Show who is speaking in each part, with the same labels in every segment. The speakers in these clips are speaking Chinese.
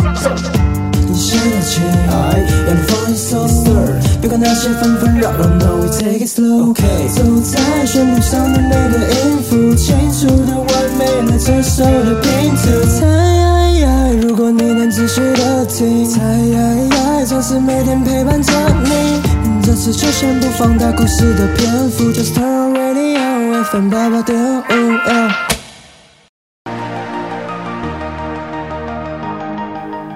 Speaker 1: 你深了情，I'm falling so slow。别管那些纷纷扰扰，No we take it slow。走在旋律上的每个音符，清楚的完美了这首的拼图。猜，如果你能仔细的听，猜，总是每天陪伴着你。这次就先不放大故事的篇幅，Just turn on radio FM 八八点五。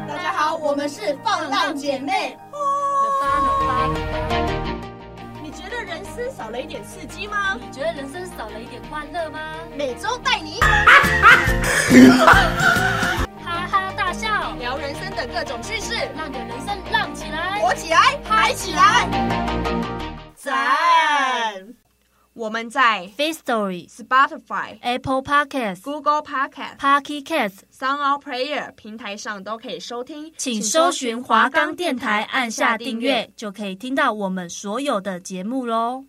Speaker 2: 大家好，我们是放浪姐妹。你觉得人生少了一点刺激吗？
Speaker 3: 觉得人生少了一点欢乐吗？
Speaker 2: 每周带 你
Speaker 3: 哈哈大笑，
Speaker 2: 聊人生的各种趣事，
Speaker 3: 让你的人生浪起来。
Speaker 2: 火起来，嗨起来，赞！我们在
Speaker 3: Face Stories、
Speaker 2: Spotify、
Speaker 3: Apple Podcasts、
Speaker 2: Google Podcast、
Speaker 3: Pocket Casts，
Speaker 2: Sound Out Player 平台上都可以收听，
Speaker 3: 请搜寻华冈电台，按下订阅。就可以听到我们所有的节目喽。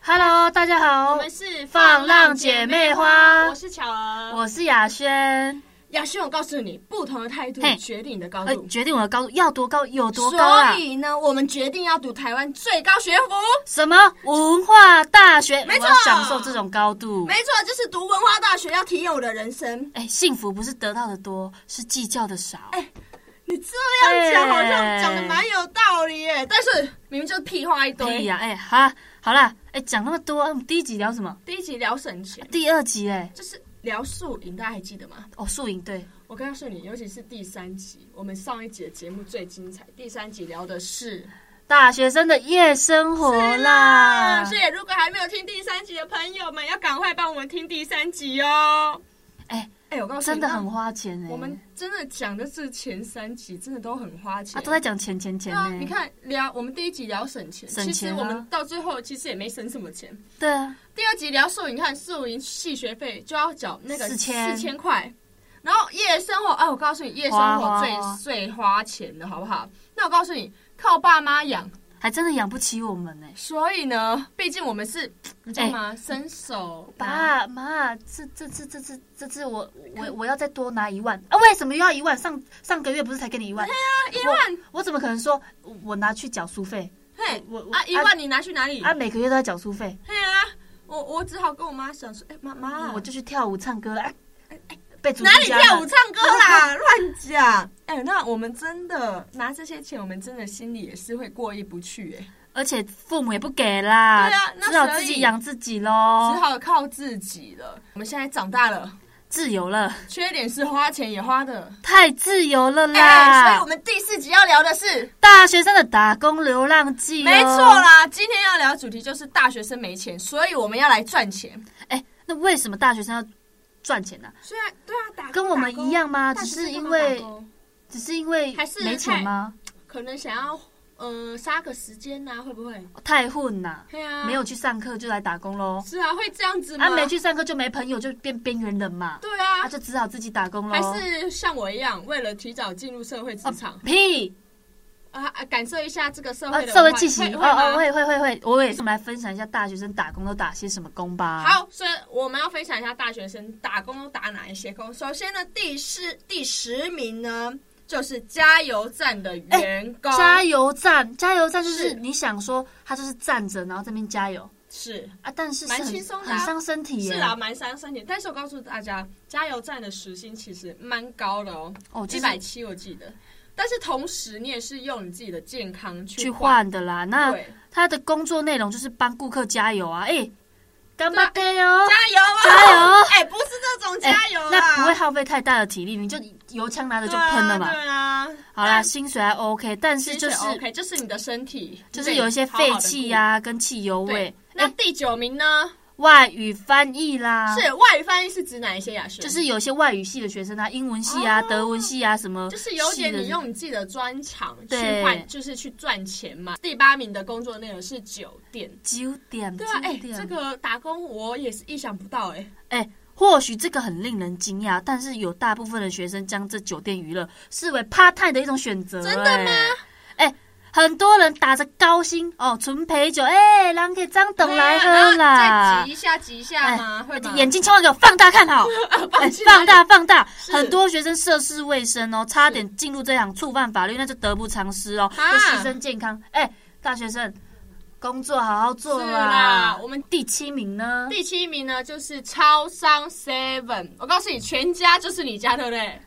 Speaker 3: Hello，大家好，
Speaker 2: 我们是
Speaker 3: 放浪姐妹花
Speaker 2: 我是巧儿。
Speaker 3: 我是雅轩。
Speaker 2: 雅轩，我告诉你，不同的态度
Speaker 3: 嘿
Speaker 2: 决定你的高
Speaker 3: 呃，
Speaker 2: 度。
Speaker 3: 决定我的高度要多高有多高啊
Speaker 2: 所？以呢，我们决定要读台湾最高学府，
Speaker 3: 什么文化大学？
Speaker 2: 没错
Speaker 3: 我要享受这种高度
Speaker 2: 没。错，就是读文化大学，要体验我的人生。
Speaker 3: 哎，幸福不是得到的多，是计较的少。
Speaker 2: 哎你这样讲好像
Speaker 3: 哎
Speaker 2: 讲的蛮有道理耶，但是明明就是屁话一
Speaker 3: 对
Speaker 2: 堆。
Speaker 3: 哎呀、哎，好啦，好啦，哎，讲那么多，我们第一集聊什么？
Speaker 2: 第一集聊省钱，
Speaker 3: 第二集哎，
Speaker 2: 就是聊宿营，大家还记得吗？
Speaker 3: 哦，宿营对，
Speaker 2: 我告诉你，尤其是第三集，我们上一集的节目最精彩。第三集聊的是
Speaker 3: 大学生的夜生活啦。
Speaker 2: 所以如果还没有听第三集的朋友们，要赶快帮我们听第三集哦。
Speaker 3: 哎
Speaker 2: 哎、我告诉你，
Speaker 3: 真的很花钱哎、
Speaker 2: 我们真的讲的是前三集，真的都很花钱。
Speaker 3: 啊都在讲钱钱钱欸
Speaker 2: 对
Speaker 3: 呢、
Speaker 2: 啊，你看聊我们第一集聊省钱，
Speaker 3: 省
Speaker 2: 其实
Speaker 3: 钱啊
Speaker 2: 我们到最后其实也没省什么钱。
Speaker 3: 对啊，
Speaker 2: 第二集聊宿营，你看宿营系学费就要缴那个
Speaker 3: 4000
Speaker 2: 四千块，然后夜生活，哎，我告诉你，夜生
Speaker 3: 花
Speaker 2: 活
Speaker 3: 花
Speaker 2: 最
Speaker 3: 花
Speaker 2: 最花钱的好不好？那我告诉你，靠爸妈养，
Speaker 3: 还真的养不起我们哎、
Speaker 2: 所以呢，毕竟我们是，你知道吗？伸手拿
Speaker 3: 爸嗯妈，这这次这次这次我我我要再多拿一万啊？为什么又要一万？上上个月不是才给你一 万？
Speaker 2: 一万，
Speaker 3: 我怎么可能说我我拿去缴书费？
Speaker 2: 嘿，
Speaker 3: 我我
Speaker 2: 啊，一万你拿去哪里？
Speaker 3: 啊，每个月都在缴书费，
Speaker 2: 嘿啊，我我只好跟我妈想说，哎，妈妈，
Speaker 3: 我就去跳舞唱歌了。啊被逐
Speaker 2: 哪里
Speaker 3: 出家
Speaker 2: 跳舞
Speaker 3: 门
Speaker 2: 唱歌啦，乱讲。哎、那我们真的拿这些钱，我们真的心里也是会过意不去、哎
Speaker 3: 而且父母也不给啦，
Speaker 2: 对啊那
Speaker 3: 只好
Speaker 2: 所以
Speaker 3: 自己养自己
Speaker 2: 哎，只
Speaker 3: 喽，
Speaker 2: 好靠自己了。我们现在长大了，
Speaker 3: 自由了，
Speaker 2: 缺点是花钱也花的。
Speaker 3: 太自由了
Speaker 2: 哎、
Speaker 3: 啦！
Speaker 2: 所以我们第四集要聊的是，
Speaker 3: 大学生的打工流浪记，哦
Speaker 2: 没错。啦。今天要聊的主题就是大学生没钱，所以我们要来赚钱。
Speaker 3: 哎，那为什么大学生要赚钱呢、
Speaker 2: 虽然对啊，打
Speaker 3: 跟我们一，样吗？
Speaker 2: 打
Speaker 3: 只
Speaker 2: 工
Speaker 3: 是因
Speaker 2: 大学
Speaker 3: 为
Speaker 2: 生干嘛打工
Speaker 3: 只是因为
Speaker 2: 还是
Speaker 3: 没钱吗？
Speaker 2: 可能想要呃杀个时间呐、会不会？
Speaker 3: 太混呐、
Speaker 2: 对啊，
Speaker 3: 没有去上课就来打工喽。
Speaker 2: 是啊，会这样子吗？
Speaker 3: 啊，没去上课就没朋友，就变边缘人嘛。
Speaker 2: 对啊，
Speaker 3: 啊，就只好自己打工喽。
Speaker 2: 还是像我一样，为了提早进入社会职场
Speaker 3: 哦屁！
Speaker 2: 啊啊，感受一下这个社
Speaker 3: 啊
Speaker 2: 会，的
Speaker 3: 社会
Speaker 2: 文化
Speaker 3: 气息
Speaker 2: 会
Speaker 3: 哦
Speaker 2: 会吗
Speaker 3: 哦，会会会会，我也是。我们来分享一下大学生打工都打些什么工吧。，
Speaker 2: 好，所以我们要分享一下大学生打工都打哪一些工。首先呢，第十第十名呢，就是加油站的员工，
Speaker 3: 哎加油站，加油站就是
Speaker 2: 是
Speaker 3: 你想说他就是站着，然后这边加油
Speaker 2: 是
Speaker 3: 啊，但是是
Speaker 2: 蛮
Speaker 3: 很
Speaker 2: 轻松的啊
Speaker 3: 很伤身体耶。
Speaker 2: 是啊，蛮伤身体。但是我告诉大家，加油站的时薪其实蛮高的哦，
Speaker 3: 哦，
Speaker 2: 一
Speaker 3: 就是
Speaker 2: 百七我记得。但是同时，你也是用你自己的健康去
Speaker 3: 去换的啦。那
Speaker 2: 对，
Speaker 3: 他的工作内容就是帮顾客加油啊，哎、干
Speaker 2: 对
Speaker 3: 巴
Speaker 2: 啊
Speaker 3: 爹哟！
Speaker 2: 加油啊！
Speaker 3: 加油！
Speaker 2: 哎、不是这种加油
Speaker 3: 哎
Speaker 2: 啊！
Speaker 3: 那不会耗费太大的体力，你就油枪拿着就喷了嘛。
Speaker 2: 对啊，对啊
Speaker 3: 好啦，，薪水还 OK，但是
Speaker 2: 但
Speaker 3: 就是
Speaker 2: OK，就是你的身体，
Speaker 3: 就是有一些废气
Speaker 2: 啊。
Speaker 3: 呀、跟汽油味
Speaker 2: 对。，哎那第九名呢？
Speaker 3: 外语翻译啦，
Speaker 2: 是外语翻啊译是指哪一些雅学？
Speaker 3: 就是有些外语系的学生啊，英文系啊、
Speaker 2: 哦
Speaker 3: 德文系啊什么
Speaker 2: 就
Speaker 3: 系的，
Speaker 2: 是有点你用你自己的专长去
Speaker 3: 对
Speaker 2: 换，就是去赚钱嘛。第八名的工作内容是酒店，
Speaker 3: 九点，
Speaker 2: 对啊，哎、
Speaker 3: 九点
Speaker 2: 这个打工我也是意想不到哎、
Speaker 3: 哎，或许这个很令人惊讶，但是有大部分的学生将这酒店娱乐视为 part time 的一种选择、
Speaker 2: 真的吗
Speaker 3: 哎？哎，很多人打着高薪哦，纯陪酒，哎、人给张董来
Speaker 2: 啊
Speaker 3: 喝
Speaker 2: 然后再
Speaker 3: 啦哎
Speaker 2: 挤。一下挤一下嘛，会吗？
Speaker 3: 眼睛千万给我放大看 好，哎放大放大，
Speaker 2: 是
Speaker 3: 很多学生涉世未深哦，差点进入这行触犯法律，那就得不偿失哦，
Speaker 2: 啊
Speaker 3: 会牺牲健康。哎，大学生，工作好好做
Speaker 2: 是
Speaker 3: 啦
Speaker 2: 啦。我们
Speaker 3: 第七名呢？
Speaker 2: 第七名呢，就是超商 Seven。我告诉你，全家就是你家，对不对？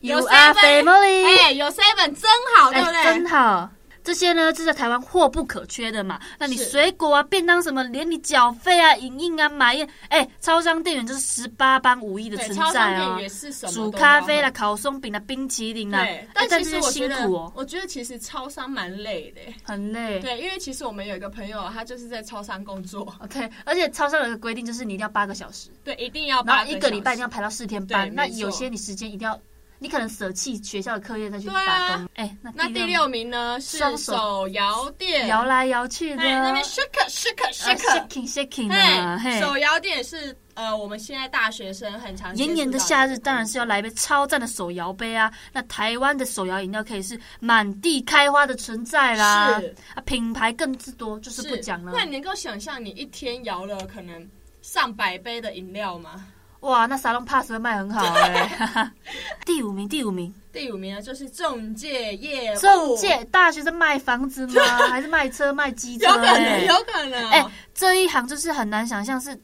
Speaker 3: You
Speaker 2: 有
Speaker 3: are
Speaker 2: seven，
Speaker 3: family，
Speaker 2: 哎、有 Seven 真好，哦对不对？
Speaker 3: 哎真好。这些呢，是在台湾货不可缺的嘛。那你
Speaker 2: 是
Speaker 3: 水果啊、便当什么，连你缴费啊、影印啊、买印，哎，超商店员就是十八般武艺的
Speaker 2: 对，
Speaker 3: 存
Speaker 2: 超商
Speaker 3: 在
Speaker 2: 店
Speaker 3: 啊。
Speaker 2: 也是什么
Speaker 3: 煮
Speaker 2: 都
Speaker 3: 咖啡
Speaker 2: 有
Speaker 3: 啦、烤松饼啦、冰淇淋啦，
Speaker 2: 对
Speaker 3: 哎，
Speaker 2: 但
Speaker 3: 但
Speaker 2: 其实
Speaker 3: 是
Speaker 2: 我觉
Speaker 3: 辛
Speaker 2: 得，
Speaker 3: 苦哦，
Speaker 2: 我觉得其实超商蛮累的欸。
Speaker 3: 很累。
Speaker 2: 对，因为其实我们有一个朋友，他就是在超商工作，
Speaker 3: OK，而且超商有一个规定，就是你一定要八个小时，
Speaker 2: 对，一定要
Speaker 3: 然
Speaker 2: 哦八
Speaker 3: 后一个礼拜一
Speaker 2: 小
Speaker 3: 定要
Speaker 2: 时
Speaker 3: 排到四天班。
Speaker 2: 对
Speaker 3: 那
Speaker 2: 没错
Speaker 3: 有些你时间一定要，你可能舍弃学校的课业再去
Speaker 2: 对啊
Speaker 3: 打工。哎，那
Speaker 2: 那第六名呢是
Speaker 3: 双手
Speaker 2: 手摇店，
Speaker 3: 摇来摇去
Speaker 2: 对，
Speaker 3: 的，
Speaker 2: 那边 shake shake
Speaker 3: 啊
Speaker 2: shake。
Speaker 3: shaking shaking 啊，
Speaker 2: 嘿，
Speaker 3: 嘿。
Speaker 2: 手摇店是呃，我们现在大学生很常接触
Speaker 3: 炎炎的
Speaker 2: 到
Speaker 3: 夏
Speaker 2: 的
Speaker 3: 日当然是要来杯超赞的手摇杯啊！那台湾的手摇饮料可以是满地开花的存在啦，
Speaker 2: 是
Speaker 3: 啊，品牌更之多，就是
Speaker 2: 是
Speaker 3: 不讲了。
Speaker 2: 那你能够想象你一天摇了可能上百杯的饮料吗？
Speaker 3: 哇，那沙龙 pass 会卖很好哎、哈哈。 第五名，第五名，
Speaker 2: 第五名呢就是中介业务，
Speaker 3: 中介大学生卖房子 吗？还是卖车卖机车、
Speaker 2: 有可能，
Speaker 3: 欸？
Speaker 2: 有可能，哦
Speaker 3: 哎、这一行就是很难想象是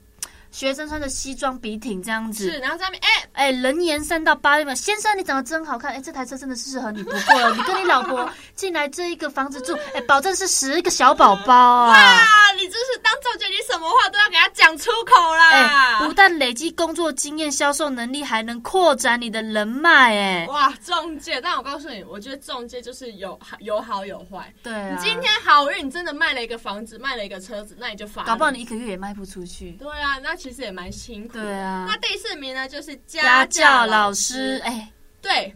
Speaker 3: 学生穿着西装笔挺这样子
Speaker 2: 是，，然后在那边哎、
Speaker 3: 哎，人言三到八六秒，先生你长得真好看，哎，这台车真的是适合你不过了，你跟你老 婆进来这一个房子住，哎，保证是十个小宝宝啊。
Speaker 2: 啊，你真是当中介，你什么话都要给他讲出口啦！
Speaker 3: 哎，不但累积工作经验、销售能力，还能扩展你的人脉。哎，
Speaker 2: 哇，中介！但我告诉你，我觉得中介就是有有好有坏。
Speaker 3: 对啊，
Speaker 2: 你今天好运，你真的卖了一个房子，卖了一个车子，那你就发了。
Speaker 3: 搞不好你一个月也卖不出去。
Speaker 2: 对啊，那其实也蛮辛苦。
Speaker 3: 对。啊
Speaker 2: 那，第四名呢，就是
Speaker 3: 家教
Speaker 2: 老
Speaker 3: 老师，。哎，
Speaker 2: 对，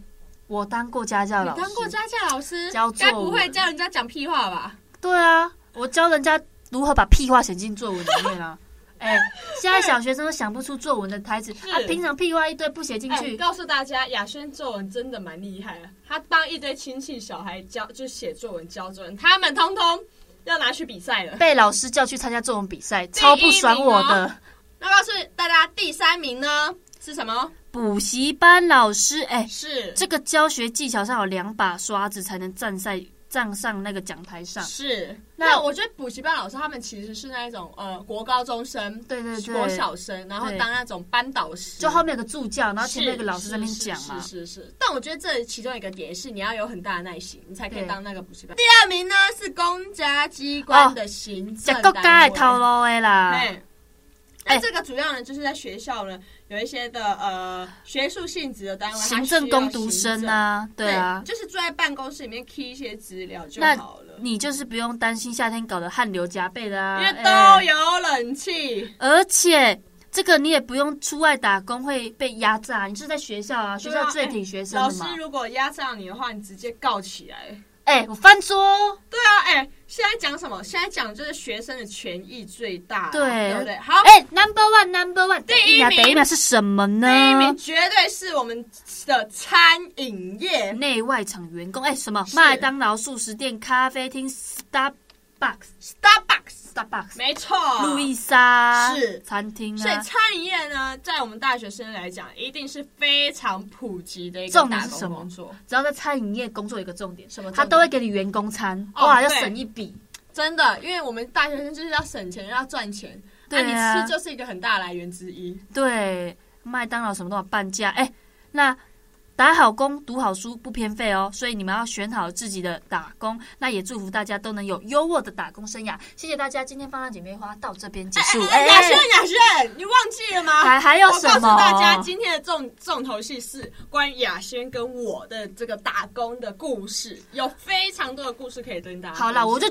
Speaker 3: 我当过家教
Speaker 2: 你
Speaker 3: 老师，
Speaker 2: 当过家教老师
Speaker 3: 教，作
Speaker 2: 该
Speaker 3: 文
Speaker 2: 不会教人家讲屁话吧？
Speaker 3: 对啊，我教人家如何把屁话写进作文里 面啊。哎、现在小学生都想不出作文的台词啊，平常屁话一堆不写进
Speaker 2: 哎，
Speaker 3: 去，
Speaker 2: 告诉大家，雅轩作文真的蛮厉害的，啊他帮一堆亲戚小孩教，就写作文、教作文，他们通通要拿去比赛了。
Speaker 3: 被老师叫去参加作文比赛，
Speaker 2: 啊
Speaker 3: 超不爽我的。
Speaker 2: 那告诉大家，第三名呢是什么？
Speaker 3: 补习班老师，哎、
Speaker 2: 是
Speaker 3: 这个教学技巧上有两把刷子才能站在站上那个讲台上。
Speaker 2: 是。
Speaker 3: 那
Speaker 2: 那我觉得补习班老师他们其实是那一种呃国高中生、
Speaker 3: 对对
Speaker 2: 国
Speaker 3: 对，
Speaker 2: 小生，然后
Speaker 3: 对
Speaker 2: 当那种班导师，
Speaker 3: 就后面有个助教，然后
Speaker 2: 是
Speaker 3: 前面有个老师在那边
Speaker 2: 是
Speaker 3: 讲嘛。
Speaker 2: 是是是是。但我觉得这其中一个点是你要有很大的耐心，你才可以
Speaker 3: 对
Speaker 2: 当那个补习班。第哦二名呢是公家机关的行
Speaker 3: 讲
Speaker 2: 政
Speaker 3: 国
Speaker 2: 单
Speaker 3: 家
Speaker 2: 位
Speaker 3: 的套路的啦，
Speaker 2: 哎，那
Speaker 3: 哎
Speaker 2: 这个主要呢，就是在学校呢有一些的呃学术性质的单位，它
Speaker 3: 行政
Speaker 2: 需要
Speaker 3: 工读生
Speaker 2: 行政
Speaker 3: 啊，对啊，
Speaker 2: 就是坐在办公室里面 key 一些资料就
Speaker 3: 那啊
Speaker 2: 好了，
Speaker 3: 你就是不用担心夏天搞得汗流浃背的啊，
Speaker 2: 因为
Speaker 3: 哎
Speaker 2: 都有冷气。
Speaker 3: 而且这个你也不用出外打工会被压榨，你是在学校啊，学
Speaker 2: 对
Speaker 3: 校
Speaker 2: 啊
Speaker 3: 最挺学生
Speaker 2: 老
Speaker 3: 的
Speaker 2: 师
Speaker 3: 嘛。
Speaker 2: 如果压榨你的话，你直接告起来。
Speaker 3: 哎、我翻桌哦，
Speaker 2: 对啊，哎、现在讲什么？现在讲就是学生的权益最大，
Speaker 3: 对
Speaker 2: 对不对？好，
Speaker 3: 哎、n u m b e r one，Number one，
Speaker 2: 第一名
Speaker 3: 等一秒，等一秒是什么呢？
Speaker 2: 第一名绝对是我们的餐饮业，
Speaker 3: 内外场员工，哎、什么？
Speaker 2: 是
Speaker 3: 麦当劳、素食店、咖啡厅、Starbucks、
Speaker 2: Starbucks，
Speaker 3: Starbucks、
Speaker 2: 没错，
Speaker 3: 路易莎
Speaker 2: 是
Speaker 3: 餐厅
Speaker 2: 所以
Speaker 3: 啊。
Speaker 2: 餐饮业呢，在我们大学生来讲，一定是非常普及的一个
Speaker 3: 重点
Speaker 2: 打
Speaker 3: 是什
Speaker 2: 工
Speaker 3: 么
Speaker 2: 工作。
Speaker 3: 只要在餐饮业工作，有一个重点，
Speaker 2: 什么重
Speaker 3: 他
Speaker 2: 点
Speaker 3: 都会给你员工餐，
Speaker 2: 哦
Speaker 3: 哇，要
Speaker 2: 对
Speaker 3: 省一笔。
Speaker 2: 真的，因为我们大学生就是要省钱，要赚钱。那、
Speaker 3: 对啊
Speaker 2: 你吃就是一个很大的来源之一。
Speaker 3: 对，麦当劳什么都要半价。哎、那打好工、读好书不偏废哦，所以你们要选好自己的打工。那也祝福大家都能有优渥的打工生涯。谢谢大家，今天放浪姐妹花到这边结束。 哎、
Speaker 2: 雅轩，雅轩，你忘记了吗？
Speaker 3: 还还有
Speaker 2: 我
Speaker 3: 什
Speaker 2: 告诉
Speaker 3: 么？
Speaker 2: 大家，今天的重重头戏是关于雅轩跟我的这个打工的故事，有非常多的故事可以跟大家分享。
Speaker 3: 好啦，我就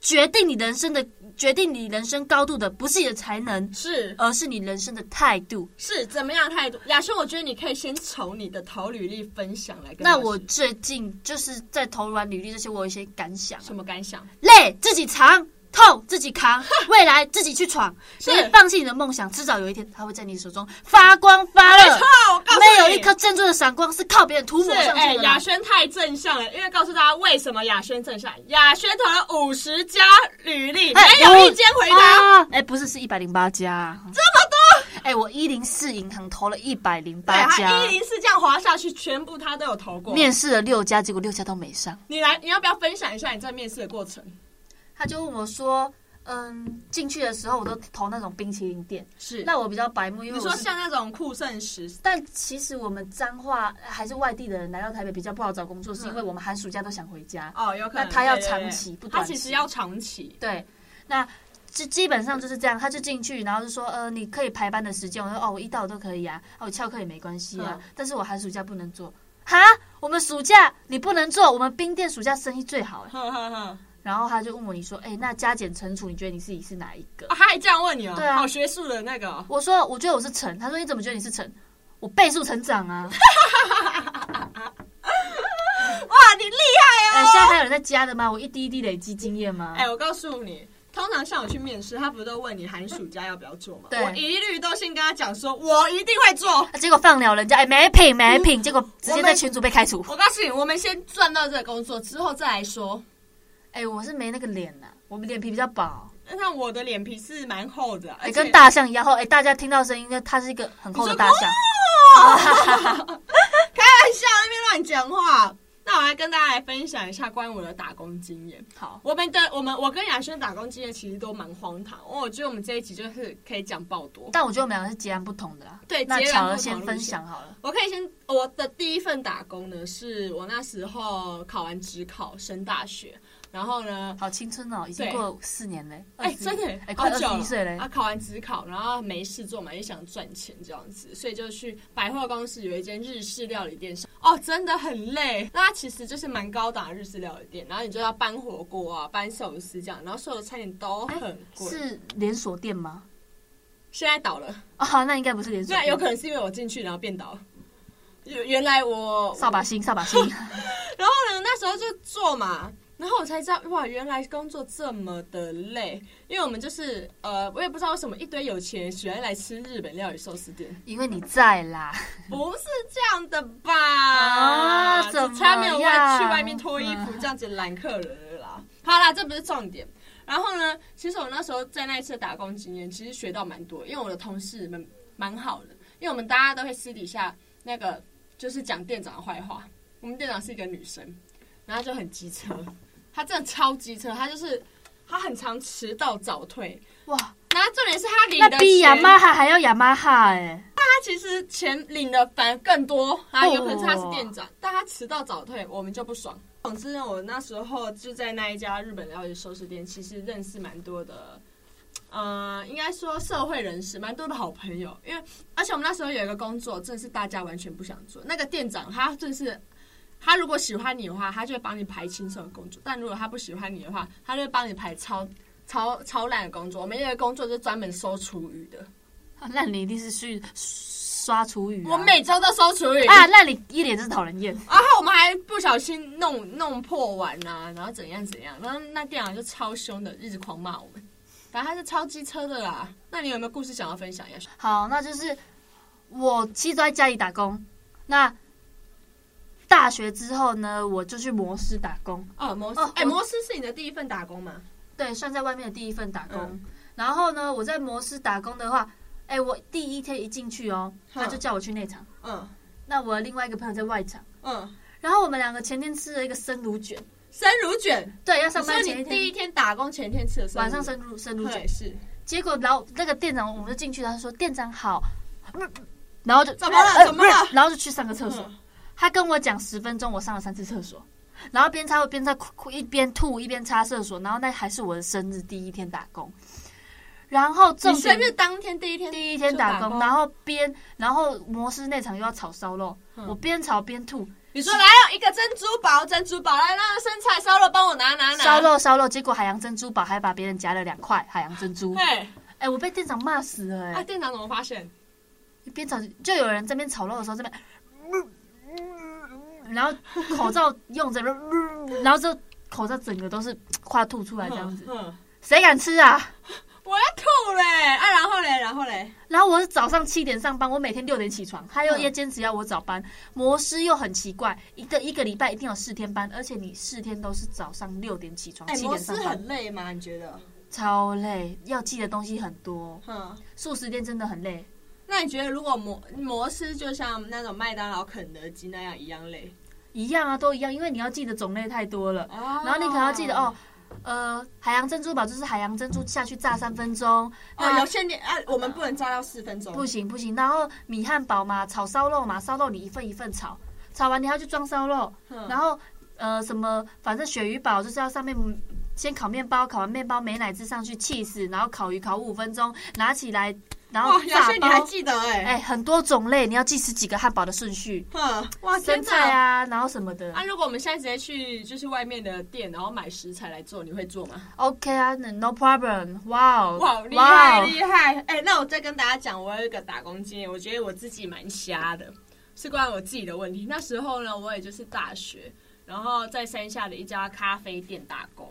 Speaker 3: 决定你人生的，决定你人生高度的，不是你的才能，
Speaker 2: 是呃
Speaker 3: 而是你人生的态度。
Speaker 2: 是怎么样的态度？雅轩，我觉得你可以先从你的投履历分享来跟大家
Speaker 3: 那我
Speaker 2: 说
Speaker 3: 最近就是在投软履历这些，我有一些感想。啊
Speaker 2: 什么感想？
Speaker 3: 累自己扛，痛自己 扛，未来自己去闯。
Speaker 2: 是
Speaker 3: 别放弃你的梦想，迟早有一天它会在你手中发光发
Speaker 2: 没
Speaker 3: 热
Speaker 2: 错。，我告诉
Speaker 3: 呃有一颗正中的闪光是靠别人涂抹
Speaker 2: 是
Speaker 3: 上
Speaker 2: 哎，
Speaker 3: 去的啦
Speaker 2: 雅。轩太正向了，因为告诉大家为什么雅轩正向。雅轩投了五十家履历，没有一间回答。
Speaker 3: 哎啊哎，不是，是一百零八家，这么多。哎，我一零四银行投了一百零
Speaker 2: 对，
Speaker 3: 八家，
Speaker 2: 他一零四这样滑下去，全部他都有投过。
Speaker 3: 面试了六家，结果六家都没上。
Speaker 2: 你来，你要不要分享一下你在面试的过程？
Speaker 3: 他就问我说：“嗯，进去的时候我都投那种冰淇淋店，
Speaker 2: 是
Speaker 3: 那我比较白目，因为
Speaker 2: 你
Speaker 3: 我
Speaker 2: 说
Speaker 3: 是
Speaker 2: 像那种酷盛时，
Speaker 3: 但其实我们彰化呃还是外地的人来到台北比较不好找工作，是因为我们寒暑假都想回家。
Speaker 2: 哦，有可能。
Speaker 3: 那他要
Speaker 2: 对对
Speaker 3: 长
Speaker 2: 对
Speaker 3: 期不
Speaker 2: 他
Speaker 3: 短期
Speaker 2: 其实要长期。
Speaker 3: 对，那基基本上就是这样，他就进去，然后就说，呃，你可以排班的时间，我说哦，我一到五都可以啊，哦，我翘课也没关系啊
Speaker 2: 嗯，
Speaker 3: 但是我寒暑假不能做。哈，我们暑假你不能做，我们冰店暑假生意最好哎。
Speaker 2: 哼哼哼，
Speaker 3: 然后他就问我，你说，哎，那加减乘除，你觉得你自己是哪一个？
Speaker 2: 啊他还这样问你哦，
Speaker 3: 对啊
Speaker 2: 好学术的那个哦。
Speaker 3: 我说，我觉得我是乘。他说，你怎么觉得你是乘？我倍数成长啊！
Speaker 2: 哦哇，你厉害啊！
Speaker 3: 哎，现在还有人在加的吗？我一滴一滴累积经验吗？
Speaker 2: 哎、我告诉你，通常像我去面试，他不是都问你寒暑假要不要做吗？
Speaker 3: 对
Speaker 2: 我一律都先跟他讲说，我一定会做。
Speaker 3: 啊结果放了人家，哎，没品没品，结果直接在群组被开除。
Speaker 2: 我告诉你，我们先赚到这个工作之后再来说。
Speaker 3: 哎，我是没那个脸呐、我们脸皮比较薄，
Speaker 2: 那我的脸皮是蛮厚的，而且
Speaker 3: 哎，跟大象一样厚。哎，大家听到声音，那它是一个很厚的大象。
Speaker 2: 开玩笑，那边乱讲话。那我来跟大家来分享一下关于我的打工经验。
Speaker 3: 好，
Speaker 2: 我们的我们我跟雅轩打工经验其实都蛮荒唐，我觉得我们这一集就是可以讲爆多。
Speaker 3: 但我觉得我们两个是截然不同的啦。
Speaker 2: 对
Speaker 3: 那
Speaker 2: 截然
Speaker 3: 巧
Speaker 2: 不
Speaker 3: 儿
Speaker 2: 同
Speaker 3: 先
Speaker 2: 路
Speaker 3: 分
Speaker 2: 线
Speaker 3: 享好了。
Speaker 2: 我可以先，我的第一份打工呢，是我那时候考完职考升大学，然后呢，
Speaker 3: 好青春哦，已经
Speaker 2: 对
Speaker 3: 过了四年嘞。
Speaker 2: 哎、
Speaker 3: 21
Speaker 2: 真的耶
Speaker 3: 哎，
Speaker 2: 好
Speaker 3: 快二
Speaker 2: 久
Speaker 3: 十
Speaker 2: 了
Speaker 3: 一岁嘞
Speaker 2: 啊，。考完职考，然后没事做嘛，也想赚钱这样子，所以就去百货公司有一间日式料理店上。哦，真的很累。那它其实就是蛮高档的日式料理店，然后你就要搬火锅啊，搬寿司这样，然后所有的餐点都
Speaker 3: 哎
Speaker 2: 很贵。
Speaker 3: 是连锁店吗？
Speaker 2: 现在倒了，
Speaker 3: 啊，那应该不是连锁
Speaker 2: 那
Speaker 3: 店。
Speaker 2: 有可能是因为我进去然后变倒了。原原来我
Speaker 3: 扫把星，扫把 星。
Speaker 2: 然后呢，那时候就做嘛，然后我才知道哇，原来工作这么的累，因为我们就是呃，我也不知道为什么一堆有钱人喜欢来吃日本料理寿司店，
Speaker 3: 因为你在啦，
Speaker 2: 不是这样的吧？
Speaker 3: 啊
Speaker 2: 只
Speaker 3: 怎么
Speaker 2: 差没有外
Speaker 3: 样嗯
Speaker 2: 去外面脱衣服，这样子揽客人了啦。好啦，这不是重点。然后呢，其实我那时候在那一次的打工经验，其实学到蛮多，因为我的同事们蛮好的，因为我们大家都会私底下那个就是讲店长的坏话。我们店长是一个女生，然后就很机车，她真的超机车，她就是她很常迟到早退。
Speaker 3: 哇，
Speaker 2: 然后重点是她领
Speaker 3: 那
Speaker 2: 的
Speaker 3: 比雅
Speaker 2: 钱
Speaker 3: 马哈还要雅马哈哎。
Speaker 2: 他其实钱领的反而更多，啊，有可能是他是店长，但他迟到早退，我们就不爽。总之呢，我那时候就在那一家日本料理寿司店，其实认识蛮多的，呃，应该说社会人士，蛮多的好朋友。因为而且我们那时候有一个工作，真的是大家完全不想做。那个店长他真的是。他如果喜欢你的话，他就会帮你排轻松的工作；但如果他不喜欢你的话，他就会帮你排超超超烂的工作。我们有一个工作就是专门收厨余的，
Speaker 3: 啊那你一定是去刷厨余、啊。
Speaker 2: 我每周都收厨余
Speaker 3: 啊，那你一脸就是讨人厌。
Speaker 2: 然后我们还不小心弄弄破碗呐、然后怎样怎样，然后那店长就超凶的，一直狂骂我们。反正他是超机车的啦。那你有没有故事想要分享一下？
Speaker 3: 好，那就是我其实都在家里打工。那大学之后呢，我就去摩斯打工，
Speaker 2: 哦，摩斯
Speaker 3: 哦，
Speaker 2: 哎、
Speaker 3: 我
Speaker 2: 摩斯是你的第一份打工吗？
Speaker 3: 对，算在外面的第一份打工。
Speaker 2: 嗯
Speaker 3: 然后呢，我在摩斯打工的话，哎，我第一天一进去哦，他就叫我去内场。
Speaker 2: 嗯
Speaker 3: 那我另外一个朋友在外场，
Speaker 2: 嗯，
Speaker 3: 然后我们两个前天吃了一个生乳卷，
Speaker 2: 生乳卷，
Speaker 3: 对，要
Speaker 2: 你
Speaker 3: 上
Speaker 2: 说
Speaker 3: 班前
Speaker 2: 你
Speaker 3: 一
Speaker 2: 第一
Speaker 3: 天
Speaker 2: 天打工前一天吃的生乳
Speaker 3: 晚上生乳生乳卷
Speaker 2: 对，是
Speaker 3: 结果然后那个店长，我们就进去，他说店长好，然后就
Speaker 2: 怎么了
Speaker 3: 呃
Speaker 2: 怎么了
Speaker 3: 然后就去上个厕所。
Speaker 2: 嗯
Speaker 3: 他跟我讲十分钟，我上了三次厕所，然后边擦边在哭哭一边吐一边擦厕所，然后那还是我的生日第一天打工。然后重
Speaker 2: 你
Speaker 3: 点
Speaker 2: 生日当天第一天
Speaker 3: 第一天打工，然后边然后摩斯那场又要炒烧肉，
Speaker 2: 嗯
Speaker 3: 我边炒边吐
Speaker 2: 你说来了一个珍珠堡，珍珠堡来那个生菜烧肉帮我拿拿拿
Speaker 3: 烧，肉烧肉，结果海洋珍珠堡还把别人夹了两块海洋珍珠，
Speaker 2: 对，
Speaker 3: 哎，我被店长骂死了哎、
Speaker 2: 啊，店长怎么发现？
Speaker 3: 边炒就有人这边炒肉的时候这边，然后口罩用着， 然后就口罩整个都是快要吐出来这样子，
Speaker 2: 嗯，嗯
Speaker 3: 谁敢吃啊？
Speaker 2: 我要吐嘞！啊，然后嘞，然后嘞，
Speaker 3: 然后我是早上七点上班，我每天六点起床，他又
Speaker 2: 嗯
Speaker 3: 要坚持要我早班。摩斯又很奇怪，一个一个礼拜一定有四天班，而且你四天都是早上六点起床，
Speaker 2: 哎、
Speaker 3: 七
Speaker 2: 摩
Speaker 3: 点
Speaker 2: 斯
Speaker 3: 上班，
Speaker 2: 很累吗？你觉得？
Speaker 3: 超累，要记的东西很多，
Speaker 2: 哼，
Speaker 3: 素食店真的很累。
Speaker 2: 那你觉得如果摩摩斯就像那种麦当劳、肯德基那样一样累？
Speaker 3: 一样啊，都一样，因为你要记的种类太多了。
Speaker 2: 哦
Speaker 3: 然后你可能要记得哦，，呃，海洋珍珠堡就是海洋珍珠下去炸三分钟，
Speaker 2: 哦，
Speaker 3: 那
Speaker 2: 有限定啊，我们不能炸到四分钟。
Speaker 3: 呃不行不行。然后米汉堡嘛，炒烧肉嘛，烧肉你一份一份炒，炒完你还要去装烧肉，
Speaker 2: 哼
Speaker 3: 然后呃什么，反正鳕鱼堡就是要上面嗯先烤面包，烤完面包美乃滋上去 cheese，然后烤鱼烤五五分钟，拿起来然后
Speaker 2: 哇，有
Speaker 3: 炸
Speaker 2: 些你还
Speaker 3: 包。
Speaker 2: 记得哎、
Speaker 3: 哎，很多种类，你要记十几个汉堡的顺序，
Speaker 2: 哼，哇，
Speaker 3: 生
Speaker 2: 天
Speaker 3: 菜
Speaker 2: 哪！
Speaker 3: 啊，然后什么的。
Speaker 2: 啊，如果我们现在直接去就是外面的店，然后买食材来做，你会做吗？
Speaker 3: OK 啊那，No problem，哇哦，
Speaker 2: 哇，厉
Speaker 3: 哇
Speaker 2: 害
Speaker 3: 哦
Speaker 2: 厉害！哎、那我再跟大家讲，我有一个打工经验，我觉得我自己蛮瞎的，是关于我自己的问题。那时候呢，我也就是大学，然后在山下的一家咖啡店打工，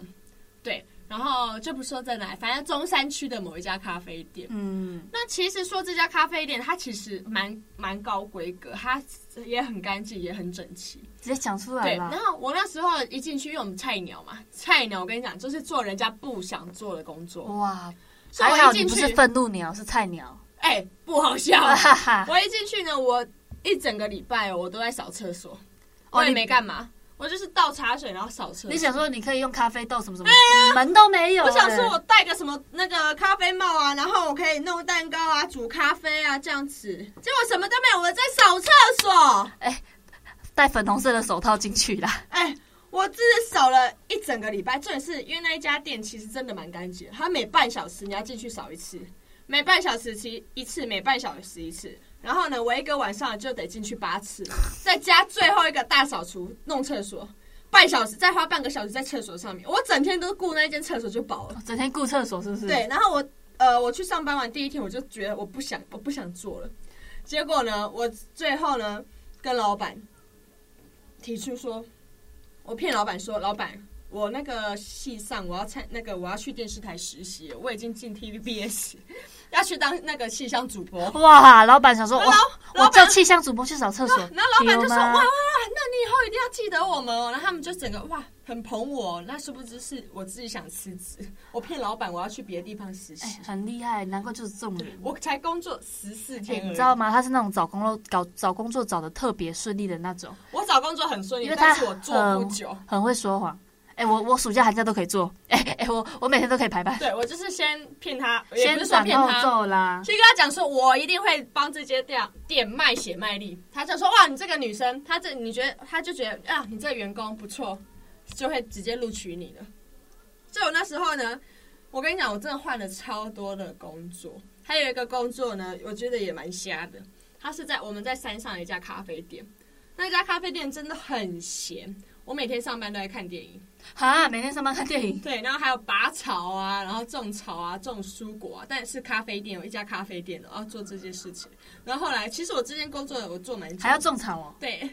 Speaker 2: 对，然后就不说在哪，反正中山区的某一家咖啡店。
Speaker 3: 嗯，
Speaker 2: 那其实说这家咖啡店，它其实蛮蛮高规格，它也很干净，也很整齐。
Speaker 3: 直接讲出来
Speaker 2: 对，然
Speaker 3: 了。
Speaker 2: 后我那时候一进去，因为我们菜鸟嘛，菜鸟我跟你讲，就是做人家不想做的工作。
Speaker 3: 哇，
Speaker 2: 所以
Speaker 3: 哦还好
Speaker 2: 我一
Speaker 3: 你
Speaker 2: 进
Speaker 3: 不
Speaker 2: 去，
Speaker 3: 是愤怒鸟，是菜鸟。
Speaker 2: 哎、不好 笑。
Speaker 3: 哈哈，
Speaker 2: 我一进去呢，我一整个礼拜哦我都在扫厕所，我也
Speaker 3: 哦你
Speaker 2: 没干嘛，我就是倒茶水然后扫厕所。
Speaker 3: 你想说你可以用咖啡豆什么什么，嗯门都没有。
Speaker 2: 啊我想说，我戴个什么那个咖啡帽啊，然后我可以弄蛋糕啊、煮咖啡啊这样子，结果什么都没有，我在扫厕所。
Speaker 3: 戴粉红色的手套进去 啦。
Speaker 2: 哎，我真的扫了一整个礼拜，重点是因为那一家店其实真的蛮干净的，它每半小时你要进去扫一次，每半小时其一次，每半小时一次。然后呢，我一个晚上就得进去八次，再加最后一个大扫除弄厕所，半小时再花半个小时在厕所上面，我整天都顾那间厕所就饱了。
Speaker 3: 整天顾厕所是不是？
Speaker 2: 对，，然后我呃，我去上班完第一天，我就觉得我不想，我不想做了。结果呢，我最后呢跟老板提出说，我骗老板说，老板，我那个系上我要参那个我要去电视台实习了，我已经进 TVBS，要 去当那个系上主播。
Speaker 3: 哇，老板想说，我
Speaker 2: 老
Speaker 3: 我
Speaker 2: 板
Speaker 3: 叫气象主播去扫厕所，
Speaker 2: 然后老板就说：“
Speaker 3: 丢
Speaker 2: 哇
Speaker 3: 吗
Speaker 2: 哇哇，那你以后一定要记得我们哦。”然后他们就整个哇很捧我，哦那殊不知是我自己想辞职，我骗老板我要去别的地方实习。
Speaker 3: 哎，很厉害，难怪就是这种人。
Speaker 2: 我才工作十四
Speaker 3: 哎
Speaker 2: 天、
Speaker 3: 你知道？吗？他是那种找工作搞找工作找的特别顺利的那种，
Speaker 2: 我找工作很顺利
Speaker 3: 因为，他
Speaker 2: 但是我做不久。
Speaker 3: 很会说谎。哎、我我暑假寒假都可以做，哎、哎、我我每天都可以排班，
Speaker 2: 对我就是先骗他，也
Speaker 3: 先
Speaker 2: 不是说
Speaker 3: 斩
Speaker 2: 骗
Speaker 3: 后
Speaker 2: 他，
Speaker 3: 奏啦。
Speaker 2: 先跟他讲说，我一定会帮这间店店卖血卖力。他就说哇，你这个女生，他这你觉得他就觉得啊，你这个员工不错，就会直接录取你了。所以我那时候呢，我跟你讲，我真的换了超多的工作，还有一个工作呢，我觉得也蛮瞎的。它是在我们在山上的一家咖啡店，那家咖啡店真的很闲。我每天上班都在看电影，
Speaker 3: 哈，每天上班看电影，
Speaker 2: 对，然后还有拔草啊，然后种草啊，种蔬果啊，但是咖啡店有一家咖啡店的，然后哦做这些事情。然后后来，其实我这件工作我做蛮久的，
Speaker 3: 还要种草哦，
Speaker 2: 对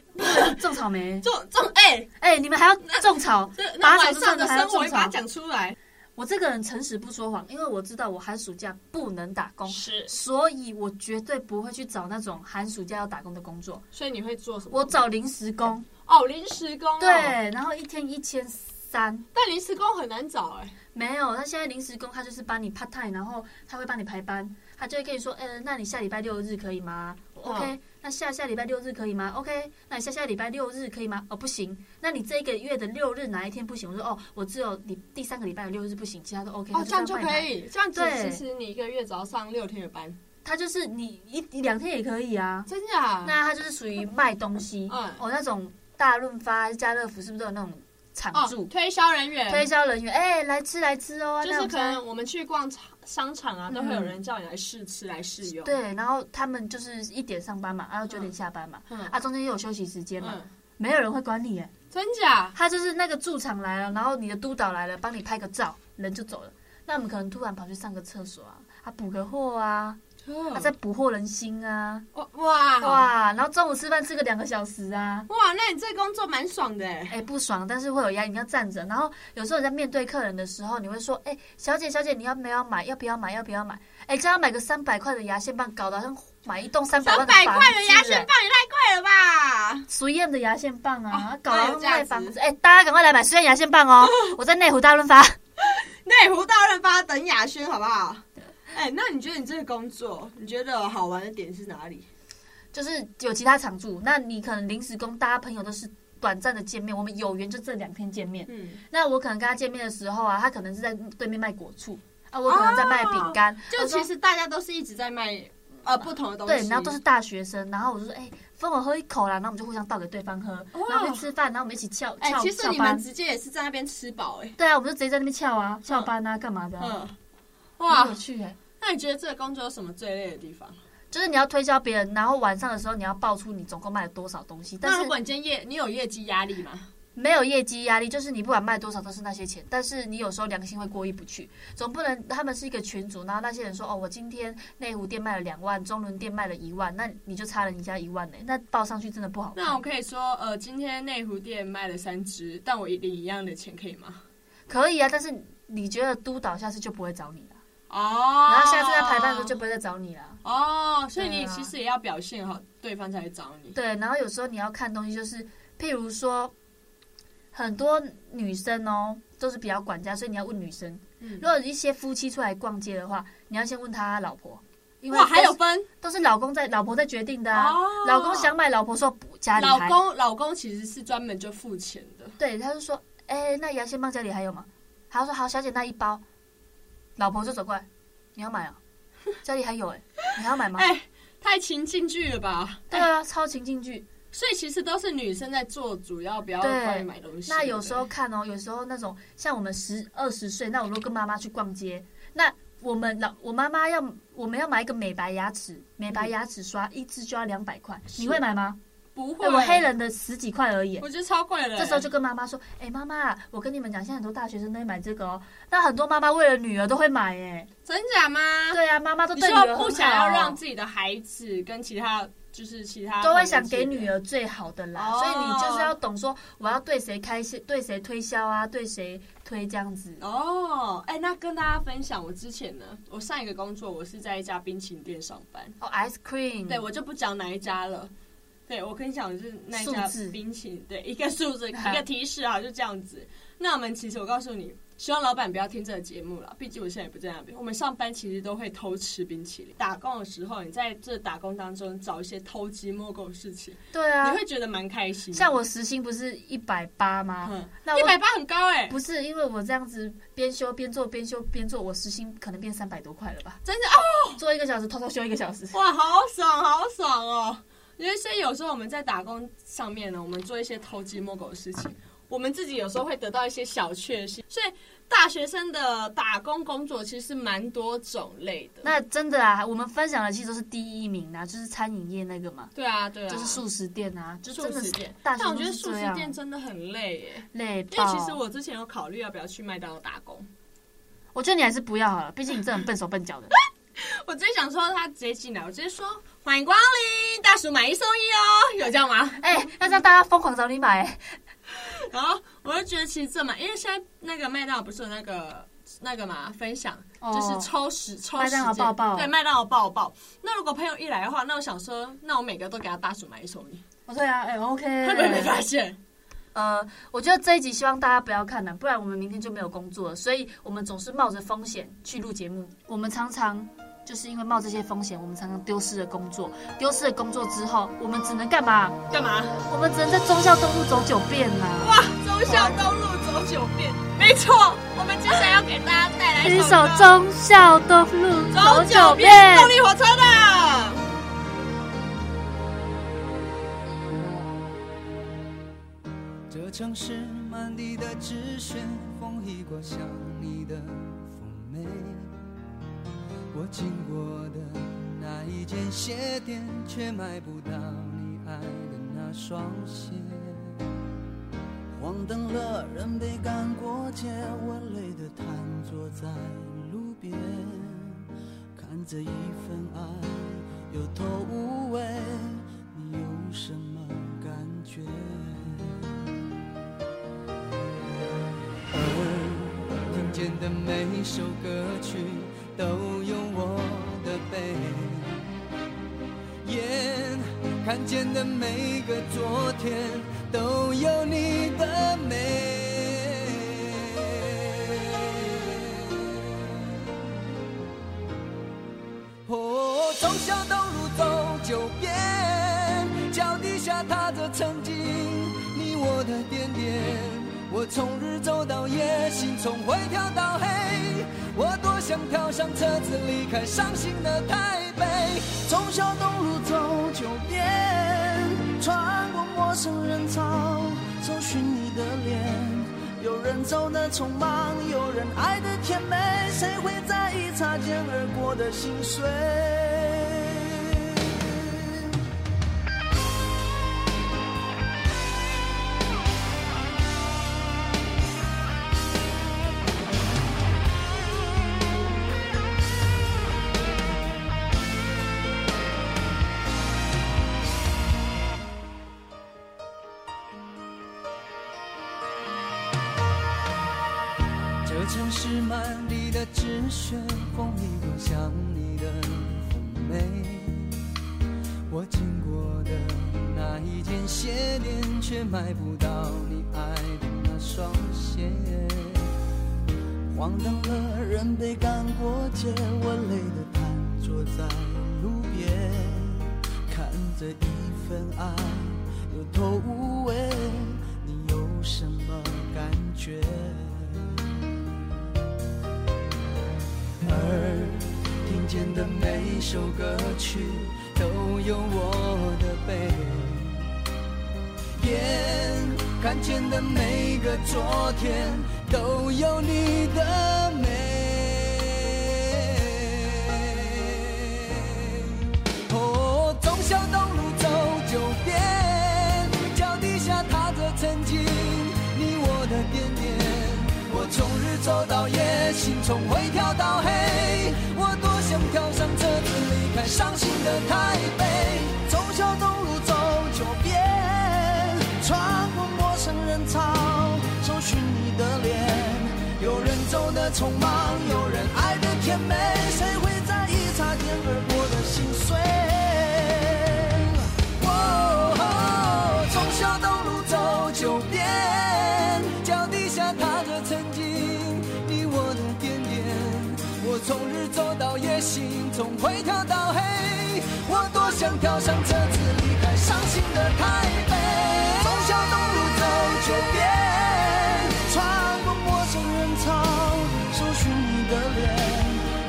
Speaker 3: 种草莓。
Speaker 2: 种种哎、
Speaker 3: 哎、你们还要 种草
Speaker 2: 这，那
Speaker 3: 拔草
Speaker 2: 晚上
Speaker 3: 就算
Speaker 2: 的
Speaker 3: 了，还
Speaker 2: 生
Speaker 3: 要
Speaker 2: 活
Speaker 3: 种
Speaker 2: 会把它
Speaker 3: 草。
Speaker 2: 讲出来，
Speaker 3: 我这个人诚实不说谎，因为我知道我寒暑假不能打工，
Speaker 2: 哦是，
Speaker 3: 所以我绝对不会去找那种寒暑假要打工的工作。
Speaker 2: 所以你会做什么？
Speaker 3: 我找临时工，
Speaker 2: 哦，临时工、哦，
Speaker 3: 对，，然后一天一千三。
Speaker 2: 但临时工很难找哎、
Speaker 3: 没有，他现在临时工，他就是帮你 part time，然后他会帮你排班，他就会跟你说，呃，那你下礼拜六日可以吗？OK，、那
Speaker 2: 嗯
Speaker 3: 下下礼拜六日可以吗？OK，那你下下礼拜六日可以吗？哦，不行，那你这个月的六日哪一天不行？我说哦，我只有你第三个礼拜的六日不行，其他都 OK。
Speaker 2: 哦，这样就
Speaker 3: 帮你
Speaker 2: 可
Speaker 3: 排
Speaker 2: 以，这样子
Speaker 3: 对
Speaker 2: 其实你一个月只要上六天的班，
Speaker 3: 他就是你一一两天也可以啊。
Speaker 2: 真假？
Speaker 3: 那他就是属于卖东西，
Speaker 2: 嗯
Speaker 3: 哦，那种大润发、家乐福是不是都有那种场
Speaker 2: 哦
Speaker 3: 助、，
Speaker 2: 推销人员，
Speaker 3: 推销人员？哎、来吃来吃哦，啊
Speaker 2: 就
Speaker 3: 那
Speaker 2: 是
Speaker 3: 种
Speaker 2: 可能我们去逛场商场啊，都会有人叫你来试吃、来试用。，
Speaker 3: 对，然后他们就是一点上班嘛，然啊后九点下班嘛，
Speaker 2: 嗯
Speaker 3: 啊，中间又有休息时间嘛，
Speaker 2: 嗯，
Speaker 3: 没有人会管你耶。
Speaker 2: 真假？
Speaker 3: 他就是那个驻场来了，然后你的督导来了，帮你拍个照，人就走了。那我们可能突然跑去上个厕所啊，啊补个货啊，啊
Speaker 2: 嗯
Speaker 3: 再捕获人心啊，
Speaker 2: 我我哇哇
Speaker 3: 哇，然后中午吃饭吃个两个小时啊。
Speaker 2: 哇，那你这工作蛮爽的哎。
Speaker 3: 哎、不爽，但是会有压力，你要站着。然后有时候你在面对客人的时候，你会说：“哎、小姐，小姐，你要不要买？要不要买？要不要买？”哎、这样买个三百块的牙线棒，搞得好像买一栋三百
Speaker 2: 三
Speaker 3: 万的
Speaker 2: 百
Speaker 3: 房
Speaker 2: 块的牙
Speaker 3: 子啊
Speaker 2: 线棒也太贵了吧！
Speaker 3: 俗艳的牙线棒啊，
Speaker 2: 哦
Speaker 3: 搞得
Speaker 2: 那有价
Speaker 3: 卖
Speaker 2: 值
Speaker 3: 房子。哎、大家赶快来买俗艳牙线 棒哦！我在内湖大润发。
Speaker 2: 内湖大润发等雅轩好不好？哎、那你觉得你这个工作，你觉得好玩的点是哪里？
Speaker 3: 就是有其他常驻，那你可能临时工，大家朋友都是短暂的见面，我们有缘就这两天见面。
Speaker 2: 嗯，
Speaker 3: 那我可能跟他见面的时候啊，他可能是在对面卖果醋啊，我可能在卖饼干，
Speaker 2: 就
Speaker 3: 我说
Speaker 2: 其实大家都是一直在卖呃不同的东西，
Speaker 3: 对，然后都是大学生，然后我就说，哎、分我喝一口啦，然后我们就互相倒给对方喝，
Speaker 2: 哇
Speaker 3: 然后就吃饭，然后我们一起翘
Speaker 2: 哎、
Speaker 3: 翘
Speaker 2: 其实
Speaker 3: 翘
Speaker 2: 你们
Speaker 3: 班，
Speaker 2: 直接也是在那边吃饱哎、
Speaker 3: 对啊，我们就直接在那边翘啊，翘班啊，干嘛的、啊？
Speaker 2: 嗯，
Speaker 3: 很
Speaker 2: 哇
Speaker 3: 有，趣哎、
Speaker 2: 那你觉得这个工作有什么最累的地方？
Speaker 3: 就是你要推销别人，然后晚上的时候你要报出你总共卖了多少东西，但
Speaker 2: 那
Speaker 3: 是
Speaker 2: 如果你今天业，你有业绩压力吗？
Speaker 3: 没有业绩压力，就是你不管卖多少都是那些钱，但是你有时候良心会过意不去，总不能他们是一个群主，然后那些人说哦，我今天内湖店卖了两万，中仑店卖了一万，那你就差了人家一万呢、那报上去真的不好看。
Speaker 2: 那我可以说，呃，今天内湖店卖了三只，但我领一样的钱可以吗？
Speaker 3: 可以啊，但是你觉得督导下次就不会找你了，
Speaker 2: 哦，
Speaker 3: 然后下次在排班的时候就不会再找你了。
Speaker 2: 哦，所以你
Speaker 3: 对啊
Speaker 2: 其实也要表现好，对方才会找你。
Speaker 3: 对，然后有时候你要看东西，就是譬如说，很多女生哦都是比较管家，所以你要问女生。
Speaker 2: 嗯
Speaker 3: 如果有一些夫妻出来逛街的话，你要先问他老婆，因为
Speaker 2: 哇，还
Speaker 3: 都
Speaker 2: 有
Speaker 3: 是
Speaker 2: 分
Speaker 3: 都是老公在老婆在决定的啊。
Speaker 2: 哦
Speaker 3: 老公想买，老婆说不，家里
Speaker 2: 老
Speaker 3: 还
Speaker 2: 公，老公其实是专门就付钱的。
Speaker 3: 对，他就说，哎、那牙线棒家里还有吗？他说好，小姐那一包。老婆就走过来，你要 买啊、家里还有哎、你还要买吗？
Speaker 2: 哎太情境剧了吧？哎
Speaker 3: 对啊，超情境剧。
Speaker 2: 所以其实都是女生在做主要，不要
Speaker 3: 对
Speaker 2: 帮你买东西。
Speaker 3: 那
Speaker 2: 对不
Speaker 3: 有时候看哦，有时候那种像我们十二十岁，那我如果跟妈妈去逛街，那我们老我妈妈要我们要买一个美白牙齿，美白牙齿刷一支就要两百块，
Speaker 2: 嗯
Speaker 3: 你
Speaker 2: 是
Speaker 3: 会买吗？
Speaker 2: 对不
Speaker 3: 哎
Speaker 2: 会，
Speaker 3: 我黑，人的十几块而已、欸
Speaker 2: 我觉得超贵了。
Speaker 3: 这时候就跟妈妈说：“哎、妈妈，我跟你们讲，现在很多大学生都会买这个哦。那很多妈妈为了女儿都会买，哎，
Speaker 2: 真假吗？
Speaker 3: 对啊，妈妈都
Speaker 2: 你
Speaker 3: 对女
Speaker 2: 说
Speaker 3: 儿很好
Speaker 2: 不想要让自己的孩子跟其他就是其他
Speaker 3: 都会想给女
Speaker 2: 儿
Speaker 3: 儿最好的啦。
Speaker 2: 哦
Speaker 3: 所以你就是要懂说，我要对谁开心，对谁推销啊，对谁推这样子。
Speaker 2: 哦。哎，那跟大家分享，我之前呢，我上一个工作我是在一家冰淇淋店上班，
Speaker 3: 哦，ice cream，
Speaker 2: 对我就不讲哪一家了。对，我跟你讲，就是那一
Speaker 3: 数
Speaker 2: 家
Speaker 3: 字
Speaker 2: 冰淇淋，对，一个数 字，一个提示啊，就这样子。那我们其实我告诉你，希望老板不要听这个节目了，毕竟我现在也不在那边。我们上班其实都会偷吃冰淇淋，打工的时候，你在这打工当中找一些偷鸡摸狗的事情，
Speaker 3: 对啊
Speaker 2: 你。会觉得蛮开心的。
Speaker 3: 像我时薪不是一百八吗？
Speaker 2: 嗯，
Speaker 3: 那
Speaker 2: 一
Speaker 3: 我
Speaker 2: 百八很高哎、
Speaker 3: 不是因为我这样子边修边做边修边做，我时薪可能变三百多块了吧？
Speaker 2: 真的哦，
Speaker 3: 做一个小时，偷偷休一个小时。
Speaker 2: 哇，好爽，好爽哦！因为所以有时候我们在打工上面呢，我们做一些偷鸡摸狗的事情，我们自己有时候会得到一些小确幸。所以大学生的打工工作其实蛮多种类的。
Speaker 3: 那真的啊，我们分享的其实都是第一名啊，就是餐饮业那个嘛，
Speaker 2: 对啊，对啊，
Speaker 3: 就是素食店啊，就
Speaker 2: 素
Speaker 3: 真的
Speaker 2: 食
Speaker 3: 是
Speaker 2: 店。
Speaker 3: 大学
Speaker 2: 但我
Speaker 3: 生
Speaker 2: 觉
Speaker 3: 都
Speaker 2: 得
Speaker 3: 是
Speaker 2: 素
Speaker 3: 这
Speaker 2: 食
Speaker 3: 样
Speaker 2: 店真的很累耶，
Speaker 3: 累
Speaker 2: 因为
Speaker 3: 爆。
Speaker 2: 其实我之前有考虑要不要去麦当劳打工，
Speaker 3: 我觉得你还是不要好了，毕竟你这很笨手笨脚的。
Speaker 2: 我直接想说他直接进来，我直接说欢迎光临，大叔买一送一哦，有这样吗？
Speaker 3: 哎、那让大家疯狂找你买、哎
Speaker 2: 然后我就觉得其实这嘛，因为现在那个麦当劳不是有那个那个嘛分享，
Speaker 3: 哦
Speaker 2: 就是抽时抽时
Speaker 3: 麦当劳
Speaker 2: 间
Speaker 3: 抱抱
Speaker 2: 对麦当劳抱抱。那如果朋友一来的话，那我想说，那我每个都给他大叔买一送一，
Speaker 3: 哦，对啊，哎、o
Speaker 2: 他们会
Speaker 3: k
Speaker 2: 没发现？
Speaker 3: 呃，我觉得这一集希望大家不要看了，不然我们明天就没有工作了。所以我们总是冒着风险去录节目，我们常常。就是因为冒这些风险，我们常常丢失了工作。丢失了工作之后，我们只能干嘛？
Speaker 2: 干嘛？
Speaker 3: 我们只能在忠孝东路走九遍啊呐、
Speaker 2: 哇，忠孝东路走九遍，没错，我们接下来要给大家带来
Speaker 3: 牵
Speaker 2: 一
Speaker 3: 手
Speaker 2: 歌
Speaker 3: 忠孝东路
Speaker 2: 走
Speaker 3: 走九
Speaker 2: 九
Speaker 3: 遍
Speaker 2: 遍。是动力火车的。
Speaker 1: 这城市满地的纸屑，风一过想你的妩媚。我经过的那一间鞋店，却买不到你爱的那双鞋。黄灯了，人被赶过街，我累得瘫坐在路边，看着一份爱有头无尾。
Speaker 4: 的每首歌曲都有我的悲。眼看见的每个昨天都有你的美。哦，从小道路走九遍，脚底下踏着曾经你我的点点。我从日走到夜，心从灰跳到黑。我多想跳上车子离开伤心的台北。从小东路走九遍，穿过陌生人潮，搜寻你的脸。有人走的匆忙，有人爱的甜美，谁会在意擦肩而过的心碎？这城市满地的纸屑，风一过想你的红梅。我经过的那一间鞋店，却买不到你爱的那双鞋。晃荡了人被赶过街，我累得瘫坐在路边，看着一份爱有头无尾，你有什么感觉？而听见的每首歌曲都有我的悲，眼看见的每个昨天都有你的美。哦，从小东路走九遍，脚底下踏着曾经你我的点点。我从日走到夜，心从灰跳到黑。我多想跳上车子离开伤心的台北，从小东路走九遍，穿过陌生人潮，搜寻你的脸。有人走的匆忙，有人爱的甜美，谁会在意擦肩而过的心碎？哦，从小东路走九遍，脚底下踏着曾经你我的点点。我从日走到夜，心从灰跳到黑。我多想跳上车子离开伤心的台北，从小东路走九遍，穿过陌生人潮，搜寻你的脸。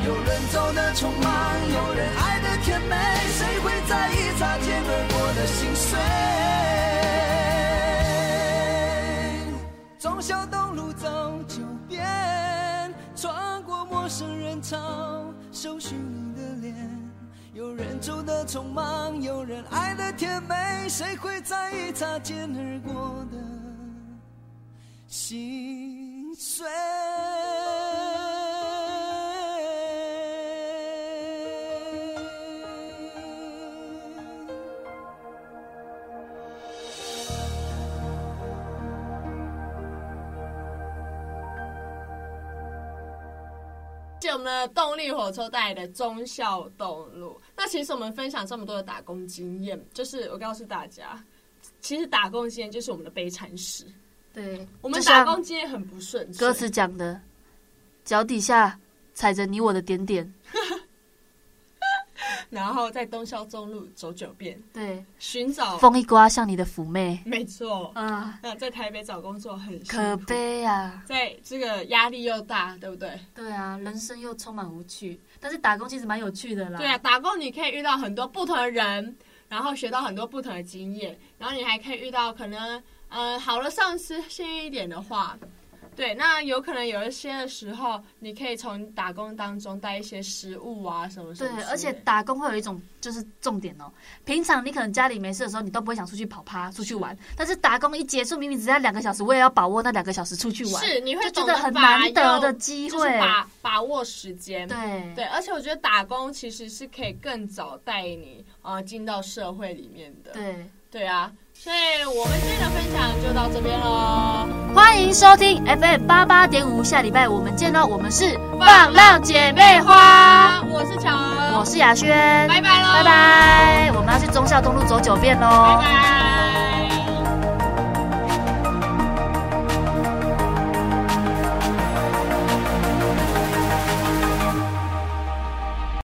Speaker 4: 有人走的匆忙，有人爱的甜美，谁会在意擦肩而过的心碎？从小东路走九遍，穿过陌生人潮，搜寻你的脸。有人走的匆忙，有人爱的甜美，谁会在意擦肩而过的心碎？
Speaker 2: 谢我们的动力火车带来的忠孝东路。那其实我们分享这么多的打工经验，就是我告诉大家，其实打工经验就是我们的悲惨史。
Speaker 3: 对，
Speaker 2: 我们
Speaker 3: 就
Speaker 2: 打
Speaker 3: 像
Speaker 2: 工经验很不顺遂，
Speaker 3: 歌词讲的，脚底下踩着你我的点点，
Speaker 2: 然后在东校中路走九遍，
Speaker 3: 对，
Speaker 2: 寻找，
Speaker 3: 风一刮像你的妩媚
Speaker 2: 没错。
Speaker 3: 啊，
Speaker 2: 那在台北找工作很辛苦
Speaker 3: 可，悲啊！
Speaker 2: 在这个压力又大，对不对？
Speaker 3: 对啊，人生又充满无趣，但是打工其实蛮有趣的啦。
Speaker 2: 对啊，，打工你可以遇到很多不同的人，然后学到很多不同的经验，然后你还可以遇到可能呃好的上司，幸运一点的话，对，那有可能有一些的时候，你可以从打工当中带一些食物啊什么什
Speaker 3: 对
Speaker 2: 么之类，的。
Speaker 3: 而且打工会有一种就是重点哦。平常你可能家里没事的时候，你都不会想出去跑趴、出去玩，但是打工一结束，明明只要两个小时，我也要把握那两个小时出去玩，
Speaker 2: 是你会
Speaker 3: 就觉
Speaker 2: 懂
Speaker 3: 得
Speaker 2: 得
Speaker 3: 很
Speaker 2: 把
Speaker 3: 难得
Speaker 2: 右
Speaker 3: 的机
Speaker 2: 就是
Speaker 3: 会。
Speaker 2: 把把握时间。
Speaker 3: 对
Speaker 2: 对，而且我觉得打工其实是可以更早带你啊、呃进到社会里面的。
Speaker 3: 对
Speaker 2: 对啊，所以我们今天的分享就到这边喽。
Speaker 3: 欢迎收听 FM 八八点五，下礼拜我们见喽。我们是放浪姐妹花，
Speaker 2: 啊，我是乔儿，
Speaker 3: 我是雅轩，
Speaker 2: 拜拜喽，
Speaker 3: 拜，拜，我们要去忠孝东路走九遍喽，
Speaker 2: 拜拜。